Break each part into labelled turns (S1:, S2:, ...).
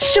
S1: 是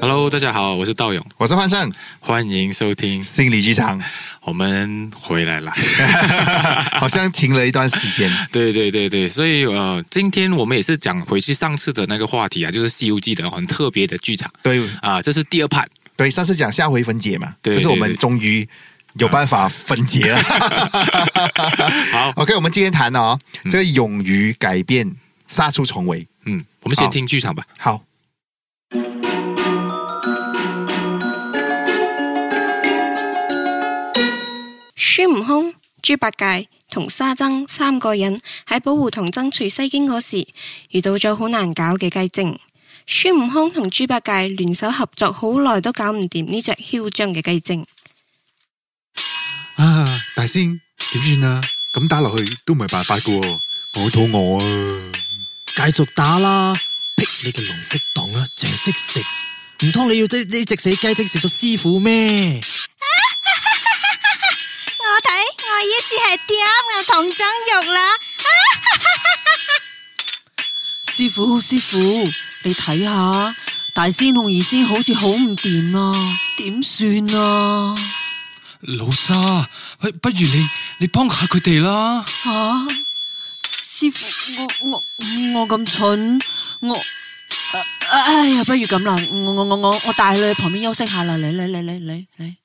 S2: Hello，大家好，我是道勇，
S3: 我是幻胜，
S2: 欢迎收听，
S3: 心理剧 场，
S2: 我们回来了。
S3: 好像停了一段时间。
S2: 对对对对，所以呃，今天我们也是讲回去上次的那个话题啊，就是《西游记》的很特别的剧场
S3: 对
S2: 啊，这是第二 part。
S3: 对，上次讲下回分解嘛，
S2: 对
S3: 这是我
S2: 对
S3: 们
S2: 对
S3: 终于有办法分解了。
S4: 啊
S2: 好
S3: OK，我们今天谈的哦，
S4: 嗯
S3: 这个勇于改变，杀出重围。
S2: 嗯，我们先
S3: 好
S2: 听剧场吧。
S3: 好，
S5: 孫悟空、豬八戒同沙僧三個人喺保護唐僧取西經嗰時，遇到咗好難搞嘅雞精。孫悟空同豬八戒聯手合作，好耐都搞唔掂呢只囂張嘅雞精。
S4: 啊，大仙點算啊？咁打落去都唔係辦法噶、喎，我好肚餓啊！
S6: 繼續打啦！逼你個龍的黨啊，淨係識食，唔通你要呢呢只死雞精食咗師傅咩？
S7: 我睇我已是係點啊嘅童僧肉啦，
S6: 師傅，師傅，你睇下大仙同二仙好似好唔掂啊，點算啊？
S8: 老沙，不不如你你帮下佢哋啦。
S6: 啊！師傅，我我我咁蠢，我啊哎呀，不如咁啦，我我我我我帶你去旁邊休息下啦，嚟嚟嚟嚟嚟嚟。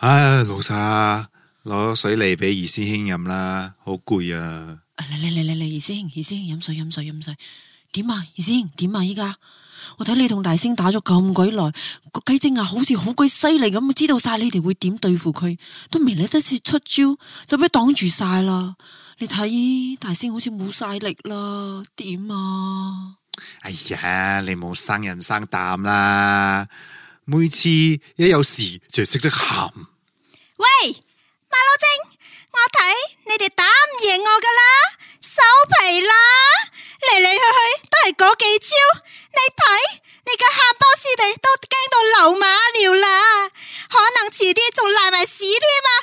S4: 唉，啊老沙，攞水嚟俾二師兄飲啦，好攰啊！
S6: 啊嚟嚟嚟嚟嚟，二師兄，二師兄飲水飲水飲水，點啊？二師兄點啊？依家我睇你同大仙打咗咁鬼耐，個雞精啊好似好鬼犀利咁，知道晒你哋會點對付佢，都未嚟得切出招，就俾擋住晒啦。你睇大仙好似冇晒力啦，點啊？
S4: 哎呀，你冇生人生膽啦！每次一有事就識得喊，
S7: 喂，馬騮精，我睇你哋打唔贏我噶啦，手皮啦，啊嚟嚟去去都係嗰幾招，你睇你嘅喊波斯地都驚到流馬尿啦，可能遲啲仲賴埋屎添啊！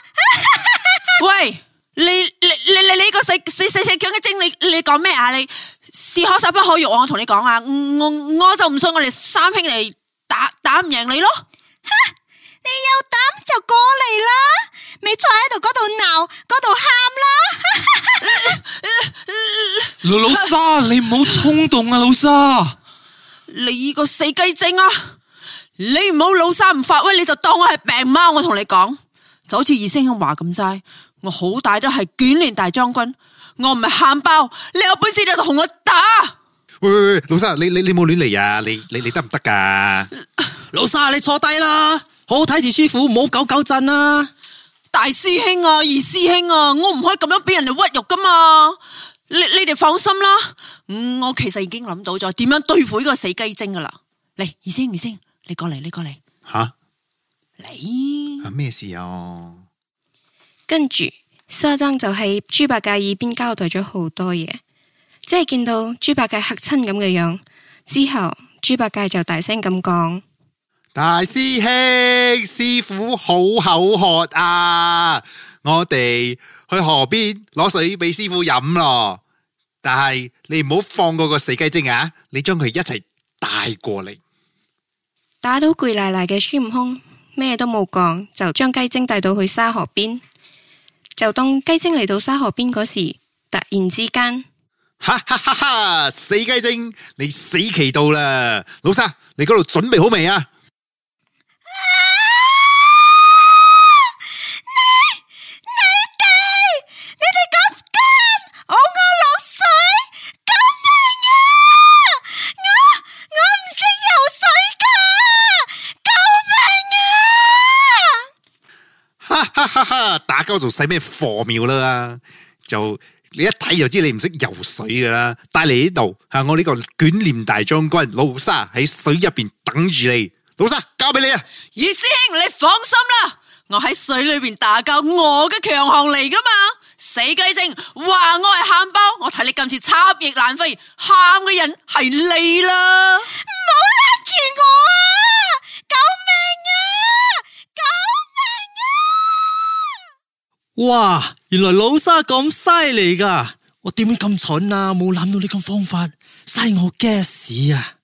S6: 喂，你你你你你個死死死死咁嘅精，你你講咩啊？你是可殺不可辱啊，我同你講啊，我我就唔信我哋三兄弟打打唔贏你咯。
S7: 你有膽就過嚟啦，咪坐喺度嗰度鬧，嗰度喊啦！
S8: 老老沙，你唔好衝動啊，老沙。
S6: 你個死雞精啊！你唔好老三唔發威，你就當我係病貓。我同你講，就好似二星兄話咁齋，我好歹都係捲簾大將軍，我唔係喊包。你有本事你就同我打。
S4: 喂喂喂，老沙，你你你冇亂嚟啊！你你你得唔得噶？
S6: 老沙，你坐低啦，好好睇住師傅，唔好狗狗震啊啦。大師兄啊，二師兄啊，我唔可以咁樣俾人哋屈辱噶嘛。你你哋放心啦，嗯我其實已經諗到咗點樣對付呢個死雞精噶啦。嚟，二師兄，二師兄，你過嚟，你過嚟，
S4: 吓、
S6: 嚟。
S4: 啊咩事啊？
S5: 跟住沙僧就喺豬八戒耳邊交代咗好多嘢，即係見到豬八戒嚇親咁嘅樣之後，豬八戒就大聲咁講。
S4: 大師兄，師傅好口渴啊！我哋去河邊攞水俾師傅飲咯。但係你唔好放過個死雞精啊！你將佢一齊帶過嚟。
S5: 打到攰賴賴嘅孫悟空，咩都冇講，就將雞精帶到去沙河邊。就當雞精嚟到沙河邊嗰時，突然之間，
S4: 哈哈哈哈！死雞精，你死期到啦！老沙，你嗰度準備好未啊？
S7: 你哋咁奸，㧬我落水，救命啊！我我唔識游水噶，救命啊！
S4: 哈哈哈哈！打交仲使咩火苗啦？就你一睇就知你唔識游水噶啦。帶嚟呢度吓，我呢個捲簾大將軍老沙喺水入邊等住你。老沙交俾你啊！
S6: 二師兄，你放心啦，我喺水裏边打交，我嘅強項嚟噶嘛。死雞精，話我係喊包，我睇你今次插翼難飛，喊嘅人係你啦。
S7: 唔好拉住我啊！救命啊！救命啊！
S8: 哇！原來老沙咁犀利噶，我點會咁蠢啊？冇諗到呢個方法，嘥我 gas 啊！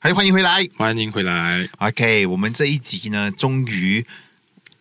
S4: 哎，欢迎回来。
S2: 欢迎回来。
S4: OK，我们这一集呢，终于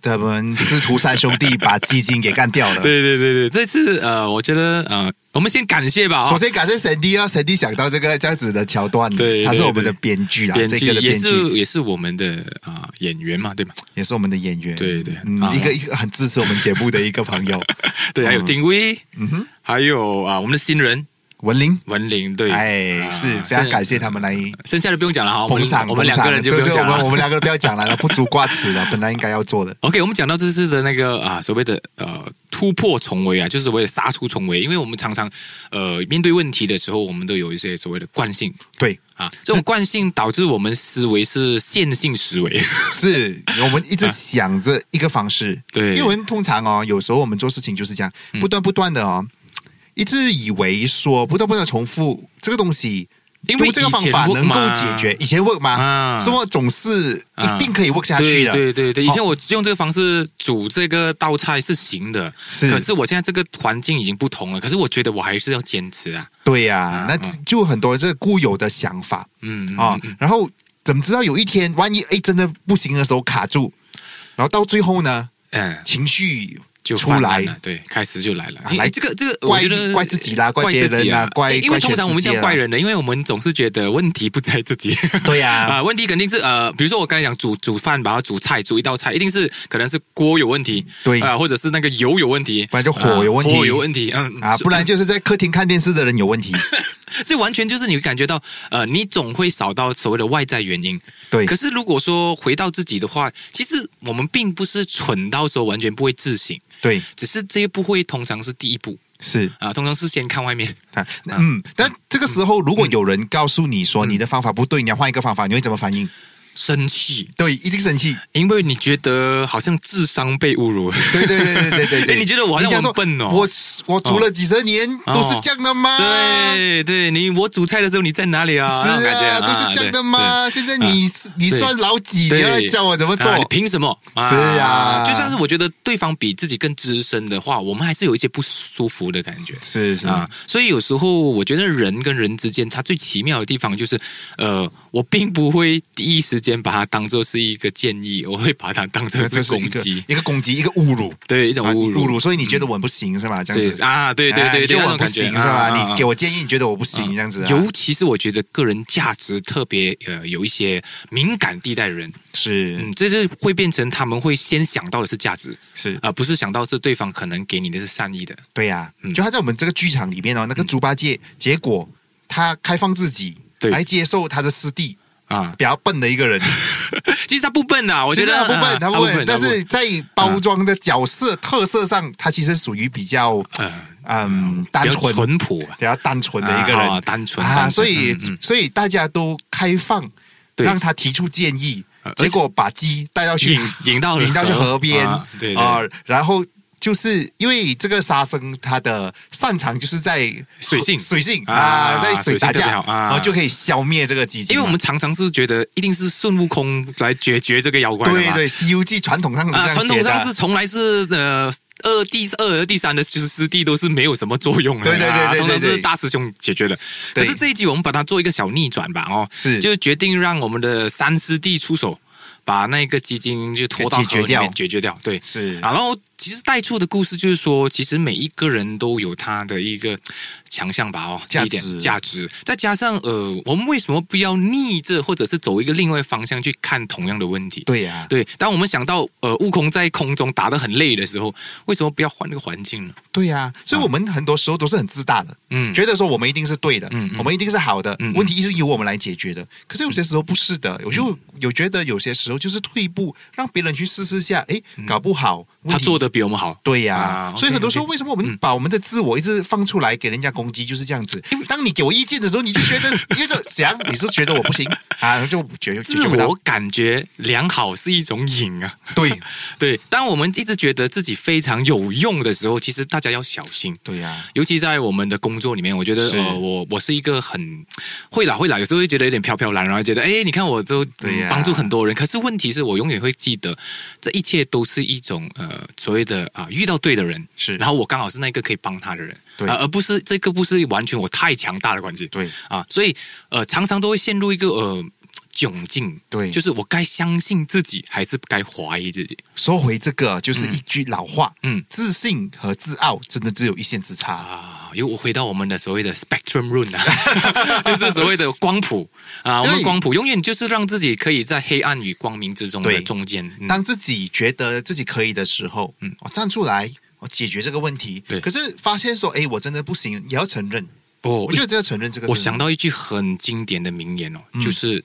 S4: 我们师徒三兄弟把基金给干掉了。
S2: 对对对对，这次呃，我觉得呃，我们先感谢吧、哦，
S4: 首先感谢 Sandy 啊，Sandy 想到这个这样子的桥段，
S2: 对对
S4: 他是我们的编剧啊，
S2: 编剧
S4: 这个的
S2: 也
S4: 编
S2: 是
S4: 剧
S2: 也是我们的啊、演员嘛，对吗？
S4: 也是我们的演员，
S2: 对对
S4: 嗯
S2: 啊
S4: 一个一个很支持我们节目的一个朋友
S2: 对，还有丁威，
S4: 嗯哼，
S2: 还有啊、我们的新人
S4: 文林，
S2: 文林，对，
S4: 哎，
S2: 啊
S4: 是非常
S2: 剩
S4: 感谢他们来
S2: 剩下的不用讲了哈，我
S4: 捧
S2: 们
S4: 场，
S2: 我们
S4: 捧
S2: 两
S4: 场
S2: 个人就不
S4: 对
S2: 用
S4: 对
S2: 讲
S4: 我
S2: 了
S4: 们我。们两个不要讲了， 不足挂齿了，本来应该要做的。
S2: OK，我们讲到这次的那个啊，所谓的呃突破重围啊，就是所谓的杀出重围，因为我们常常呃面对问题的时候，我们都有一些所谓的惯性
S4: 对，
S2: 啊，这种惯性导致我们思维是线性思维，
S4: 是我们一直想着一个方式，
S2: 啊对嗯
S4: 因为我们通常哦，有时候我们做事情就是这样，不断不断的哦，一直以为说不断不断地重复这个东西，
S2: 因为
S4: 用这个
S2: 以
S4: 方
S2: 前
S4: 法
S2: work
S4: 能够
S2: 嘛
S4: 解决，以前 work 吗？
S2: 啊
S4: 什么总是
S2: 啊
S4: 一定可以 work 下去
S2: 对
S4: 的，
S2: 对对对，以前
S4: 哦
S2: 我用这个方式煮这个道菜是行的，
S4: 是
S2: 可是我现在这个环境已经不同了，可是我觉得我还是要坚持啊，
S4: 对呀，那就很多这固有的想法
S2: 嗯嗯
S4: 啊
S2: 嗯，
S4: 然后怎么知道有一天万一哎真的不行的时候卡住，然后到最后呢
S2: 嗯，
S4: 情绪
S2: 就
S4: 出
S2: 泛滥
S4: 来
S2: 了，对，开始就来了。
S4: 啊
S2: 哎
S4: 来
S2: 哎这个这个，我
S4: 怪
S2: 觉得
S4: 怪自己啦怪
S2: 怪
S4: 别
S2: 自己
S4: 人啦
S2: 啊
S4: 怪
S2: 哎因
S4: 怪
S2: 为
S4: 全
S2: 通常我们
S4: 世界
S2: 叫
S4: 啦
S2: 怪人的，因为我们总是觉得问题不在自己。
S4: 对呀
S2: 啊，问题肯定是呃，比如说我刚才讲煮煮饭吧，煮菜煮一道菜，一定是可能是锅有问题，
S4: 对
S2: 啊，或者是那个油有问题，
S4: 不然就火有问题
S2: 啊火有问题，嗯
S4: 啊，不然就是在客厅看电视的人有 问题，
S2: 所以完全就是你会感觉到，呃，你总会找到所谓的外在原因。
S4: 对
S2: 可是如果说回到自己的话，其实我们并不是蠢到说完全不会自省，
S4: 对
S2: 只是这一步会通常是第一步
S4: 是。
S2: 啊，通常是先看外面。
S4: 啊，嗯，但这个时候如果有人告诉你说
S2: 嗯
S4: 你的方法不对，你要换一个方法，你会怎么反应？
S2: 生气，
S4: 对，一定生气。
S2: 因为你觉得好像智商被侮辱。
S4: 对对对对对对对。
S2: 哎你觉得我好像
S4: 你讲说
S2: 我很笨哦
S4: 我我读了几十年
S2: 哦
S4: 都是这样的吗？
S2: 对对，你我煮菜的时候你在哪里哦啊？那种
S4: 是
S2: 感觉
S4: 啊，都是这样
S2: 对
S4: 的？
S2: 对
S4: 吗？现在你你
S2: 对
S4: 算老几？你
S2: 对
S4: 要来教我怎么做
S2: 啊？你凭什么？
S4: 是啊呀
S2: 就算是我觉得对方比自己更资深的话，我们还是有一些不舒服的感觉。
S4: 是是
S2: 啊，所以有时候我觉得人跟人之间，它最奇妙的地方就是，呃，我并不会第一时间把它当做是一个建议，我会把它当 做是
S4: 这是一
S2: 攻
S4: 个
S2: 击，
S4: 一个攻击，一个侮辱，
S2: 对一种
S4: 啊
S2: 侮辱，
S4: 侮辱，所以你觉得我很不行是吧？这样
S2: 对
S4: 子
S2: 啊，对对
S4: 哎
S2: 对
S4: 你
S2: 对，
S4: 觉得
S2: 那种
S4: 我不
S2: 感觉
S4: 行是吧？
S2: 啊
S4: 你给我建议，你觉得我不行这样子啊？
S2: 尤其是我觉得个人价值特别呃有一些敏感地带的人，
S4: 是
S2: 嗯，这是会变成他们会先想到的是价值，啊
S4: 是
S2: 而不是想到是对方可能给你的是善意的。
S4: 对呀、
S2: 嗯
S4: 就他在我们这个剧场里面哦，那个猪八戒，结果他开放自己
S2: 对
S4: 来接受他的师弟，
S2: 啊，
S4: 比较笨的一个人，
S2: 其实他不笨啊，我
S4: 其
S2: 觉
S4: 实
S2: 得
S4: 他不
S2: 啊
S4: 笨，他不笨，但是在包
S2: 啊
S4: 装的角色特色上，他其实属于比较
S2: 呃，
S4: 嗯单
S2: 比较
S4: 纯、
S2: 淳朴啊
S4: 比较单纯的一个人
S2: 啊，单纯
S4: 啊，
S2: 单纯
S4: 所以
S2: 嗯嗯
S4: 所以大家都开放，
S2: 对呃
S4: 让他提出建议，
S2: 且
S4: 结果把鸡带到去
S2: 引引到了
S4: 引到去
S2: 河
S4: 河边
S2: 啊对对
S4: 啊，然后。就是因为这个沙僧他的擅长就是在
S2: 水性
S4: 水性啊，
S2: 啊
S4: 在
S2: 水
S4: 水
S2: 性
S4: 打
S2: 特别
S4: 架，
S2: 好啊
S4: 然后就可以消灭这个鸡精嘛。
S2: 因为我们常常是觉得一定是孙悟空来解决这个妖怪的嘛
S4: 对对，《西游记》传统上是这
S2: 啊，
S4: 样
S2: 传
S4: 写
S2: 统
S4: 的。
S2: 上是从来是呃二第二和第三的其实师弟都是没有什么作用的，
S4: 对对对
S2: 啊
S4: 对对
S2: 通常
S4: 对
S2: 是大师兄解决的。
S4: 对
S2: 可是这一集我们把它做一个小逆转吧，哦，
S4: 是
S2: 就决定让我们的三师弟出手。把那个基金就拖到
S4: 解决
S2: 河里面
S4: 掉
S2: 解决掉，对，
S4: 是
S2: 啊。然后其实带出的故事就是说，其实每一个人都有他的一个强项吧，哦，
S4: 价
S2: 第一点
S4: 值
S2: 价值，再加上呃，我们为什么不要逆着或者是走一个另外方向去看同样的问题？
S4: 对呀、
S2: 对，当我们想到呃，悟空在空中打得很累的时候，为什么不要换那个环境呢？
S4: 对呀、所以我们很多时候都是很自大的，
S2: 啊嗯
S4: 觉得说我们一定是对的，
S2: 嗯嗯
S4: 我们一定是好的，
S2: 嗯嗯
S4: 问题是由我们来解决的。可是有些时候不是的，我就有觉得有些时候候就是退步，让别人去试试下，诶，搞不好、
S2: 嗯他做的比我们好。
S4: 对呀、
S2: 啊
S4: 所以
S2: OK，
S4: 很多时候
S2: OK 嗯
S4: 为什么我们把我们的自我一直放出来给人家攻击，就是这样子。当你给我意见的时候，你就觉得 你就想你是觉得我不行 啊，就觉得
S2: 自我感觉良好是一种瘾啊。
S4: 对
S2: 对，当我们一直觉得自己非常有用的时候，其实大家要小心。
S4: 对呀、
S2: 尤其在我们的工作里面，我觉得
S4: 是
S2: 呃，我我是一个很会啦会啦，有时候会觉得有点飘飘然，然后觉得哎，你看我都、
S4: 对呀
S2: 帮助很多人，可是问题是我永远会记得，这一切都是一种呃所谓的啊、遇到对的人
S4: 是
S2: 然后我刚好是那个可以帮他的人，
S4: 对
S2: 啊而不是这个不是完全我太强大的关系，
S4: 对
S2: 啊，所以呃常常都会陷入一个呃窘境，
S4: 对
S2: 就是我该相信自己还是该怀疑自己，
S4: 说回这个，就是一句老话，
S2: 嗯
S4: 自信和自傲真的只有一线之差。
S2: 啊，又回到我们的所谓的 spectrum rule 啊， 就是所谓的光谱啊。我
S4: 对
S2: 们光谱永远就是让自己可以在黑暗与光明之中的
S4: 对
S2: 中间。嗯
S4: 当自己觉得自己可以的时候，嗯，我站出来，我解决这个问题。
S2: 对
S4: 可是发现说，哎，我真的不行，也要承认。
S2: 哦
S4: 我觉得只要承认这个，
S2: 我想，到一句很经典的名言哦，
S4: 嗯
S2: 就是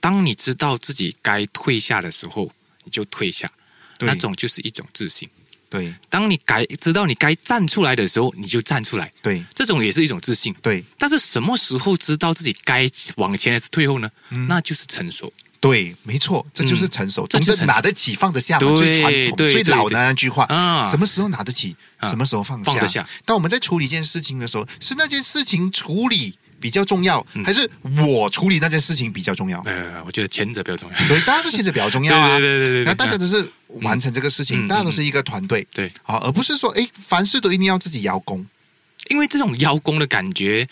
S2: 当你知道自己该退下的时候，你就退下，
S4: 对
S2: 那种就是一种自信。
S4: 对
S2: 当你该知道你该站出来的时候，你就站出来，
S4: 对
S2: 这种也是一种自信。
S4: 对
S2: 但是什么时候知道自己该往前还是退后呢？
S4: 嗯
S2: 那就是成熟。
S4: 对，没错，这就是成熟，
S2: 嗯这就
S4: 懂
S2: 是
S4: 得
S2: 成熟
S4: 拿得起放得下嘛，
S2: 对
S4: 最传统、
S2: 对
S4: 最老
S2: 对
S4: 的
S2: 对
S4: 那句话
S2: 啊
S4: 什么时候拿得起，
S2: 啊
S4: 什么时候放
S2: 放得下。
S4: 当我们在处理一件事情的时候，是那件事情处理比较重要，
S2: 嗯
S4: 还是我处理那件事情比较重要？
S2: 呃，我觉得前者比较重要。
S4: 对，当然是现在比较重要
S2: 对
S4: 啊。
S2: 对对对对对
S4: 然后大家都是完成这个事情，
S2: 嗯
S4: 大家都是一个团队。
S2: 对
S4: 啊，而不是说哎，凡事都一定要自己邀功。
S2: 因为这种邀功的感觉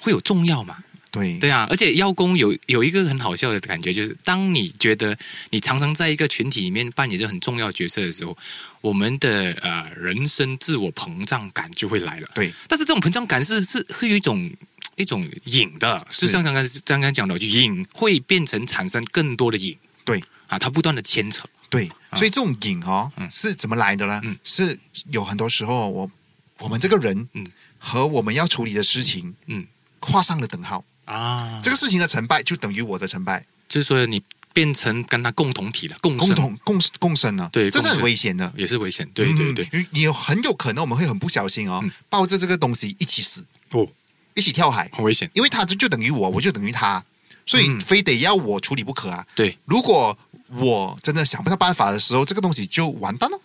S2: 会有重要嘛？
S4: 对
S2: 对啊，而且邀功有有一个很好笑的感觉，就是当你觉得你常常在一个群体里面扮演着很重要的角色的时候，我们的呃人生自我膨胀感就会来了。
S4: 对
S2: 但是这种膨胀感是是会有一种一种瘾的，是像刚刚刚刚讲的，就瘾会变成产生更多的瘾
S4: 对
S2: 啊，它不断的牵扯。
S4: 对，所以这种瘾哦
S2: 啊嗯，
S4: 是怎么来的呢
S2: 嗯？
S4: 是有很多时候我我们这个人
S2: 嗯
S4: 和我们要处理的事情
S2: 嗯
S4: 画上了等号，
S2: 啊，
S4: 这个事情的成败就等于我的成败，
S2: 就是说你变成跟它共同体了，共生
S4: 共同共共生了。
S2: 对
S4: 这是
S2: 共
S4: 很
S2: 生
S4: 危险的。
S2: 也是危险。对对对，
S4: 嗯，你你很有可能我们会很不小心哦
S2: 嗯，
S4: 抱着这个东西一起死，
S2: 哦，
S4: 一起跳海。
S2: 很危险。
S4: 因为他就就等于我，我就等于他，所以
S2: 嗯
S4: 非得要我处理不可啊。
S2: 对，
S4: 如果我真的想不到办法的时候，这个东西就完蛋了。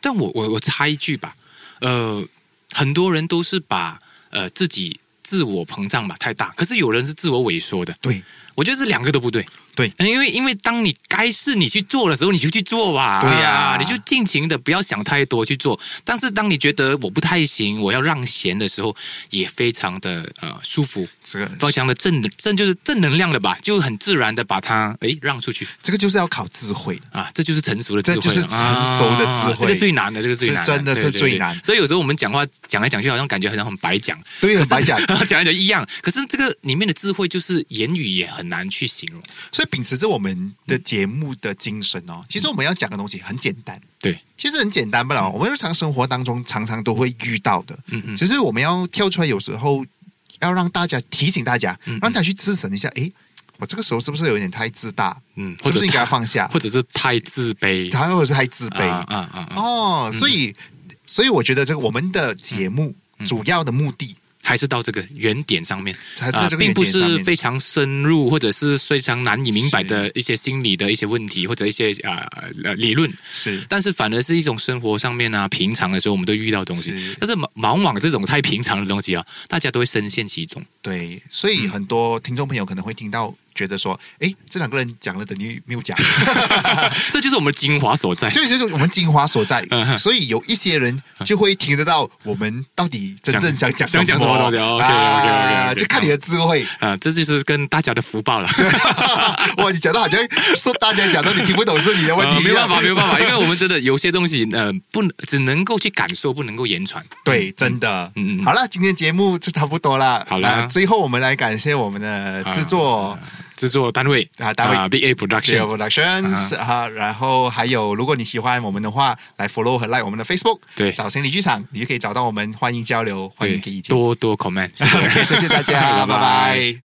S2: 但我我我插一句吧，呃，很多人都是把呃自己自我膨胀吧太大，可是有人是自我萎缩的。
S4: 对
S2: 我觉得这两个都不对。
S4: 对
S2: 嗯，因为因为当你该是你去做的时候，你就去做吧。哎
S4: 对啊呀
S2: 你就尽情的不要想太多去做。但是当你觉得我不太行，我要让贤的时候，也非常的呃舒服，
S4: 这个
S2: 非常的正正就是正能量的吧，就很自然的把它诶让出去
S4: 这个就是要靠智慧。
S2: 啊，这就是成熟的智慧了，
S4: 这就是成熟的智慧
S2: 啊这个最难的，这个最
S4: 是
S2: 难
S4: 真的是
S2: 对对对
S4: 最难
S2: 所以有时候我们讲话讲来讲去，好像感觉好像很白讲，
S4: 对
S2: 可
S4: 很
S2: 是
S4: 白讲
S2: 讲来讲去一样。可是这个里面的智慧，就是言语也很难去形容。
S4: 所以秉持着我们的节目的精神哦，其实我们要讲的东西很简单。
S2: 嗯对，
S4: 其实很简单不了，我们日常生活当中常常都会遇到的。
S2: 嗯嗯
S4: 只是我们要跳出来，有时候要让大家提醒大家，
S2: 嗯
S4: 让大家去自省一下。诶，我这个时候是不是有点太自大？
S2: 嗯，
S4: 是
S2: 或
S4: 不
S2: 者
S4: 是应该
S2: 太
S4: 放下？
S2: 或者是太自卑，
S4: 常常或者是太自卑？
S2: 啊啊啊啊，
S4: 哦，所以、所以我觉得这个我们的节目
S2: 嗯
S4: 主要的目的
S2: 还是到这个原点上面，啊
S4: 还是这个
S2: 并
S4: 原
S2: 不
S4: 点上面
S2: 是非常深入或者是非常难以明白的一些心理的一些问题或者一些啊呃理论。
S4: 是
S2: 但是反而是一种生活上面啊，平常的时候我们都遇到的东西
S4: 是。
S2: 但是盲盲往这种太平常的东西啊，大家都会深陷其中。
S4: 对，所
S2: 嗯
S4: 以很多听众朋友可能会听到觉得说，诶，这两个人讲了等于没 有讲，
S2: 这就是我们精华所在。
S4: 这就是我们精华所在
S2: 嗯。哼
S4: 所以有一些人就会听得到我们到底真正想
S2: 想
S4: 讲
S2: 想讲什么东西哦，OK，OK，OK，OK，
S4: 啊就看你的智 慧。
S2: 啊、这就是跟大家的福报了。
S4: 哇，你讲到好像说大家讲到你听不懂是你的问
S2: 呃
S4: 题一啊
S2: 没
S4: 样、
S2: 办法，没办法，因为我们真的有些东西，呃，不能只能够去感受，不能够言传。
S4: 对，真的。
S2: 嗯嗯嗯
S4: 好了，今天节目就差不多了。
S2: 好啦
S4: 那最后我们来感谢我们的制作
S2: 制作单位
S4: 啊单位
S2: B A
S4: j e
S2: Production，
S4: Productions 啊，然后还有，如果你喜欢我们的话，来 follow 和 like 我们的 Facebook，
S2: 对
S4: 找心理剧场，你就可以找到我们，欢迎交流，欢迎给意
S2: 对，
S4: 见。
S2: 多多 comment，
S4: 谢谢大家，
S2: 拜
S4: 拜拜
S2: 拜。